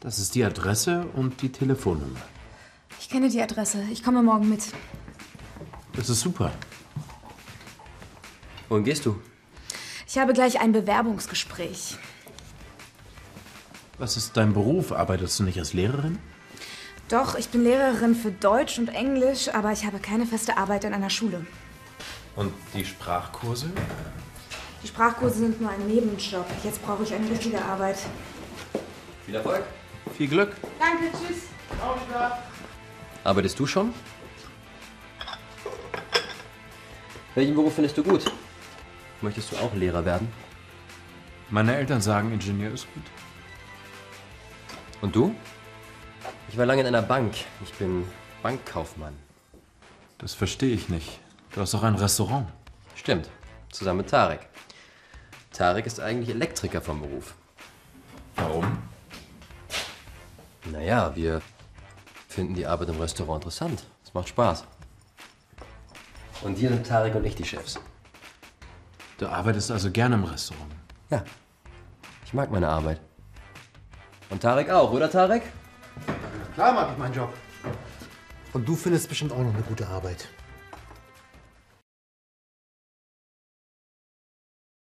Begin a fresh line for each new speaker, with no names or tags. Das ist die Adresse und die Telefonnummer.
Ich kenne die Adresse. Ich komme morgen mit.
Das ist super.
Wohin gehst du?
Ich habe gleich ein Bewerbungsgespräch.
Was ist dein Beruf? Arbeitest du nicht als Lehrerin?
Doch, ich bin Lehrerin für Deutsch und Englisch, aber ich habe keine feste Arbeit in einer Schule.
Und die Sprachkurse?
Die Sprachkurse sind nur ein Nebenjob. Jetzt brauche ich eine richtige Arbeit.
Viel Erfolg.
Viel Glück.
Danke, tschüss.
Arbeitest du schon? Welchen Beruf findest du gut? Möchtest du auch Lehrer werden?
Meine Eltern sagen, Ingenieur ist gut.
Und du? Ich war lange in einer Bank. Ich bin Bankkaufmann.
Das verstehe ich nicht. Du hast doch ein Restaurant.
Stimmt. Zusammen mit Tarek. Tarek ist eigentlich Elektriker vom Beruf.
Warum?
Naja, wir finden die Arbeit im Restaurant interessant. Es macht Spaß. Und hier sind Tarek und ich die Chefs.
Du arbeitest also gerne im Restaurant.
Ja. Ich mag meine Arbeit. Und Tarek auch, oder Tarek?
Klar mag ich meinen Job.
Und du findest bestimmt auch noch eine gute Arbeit.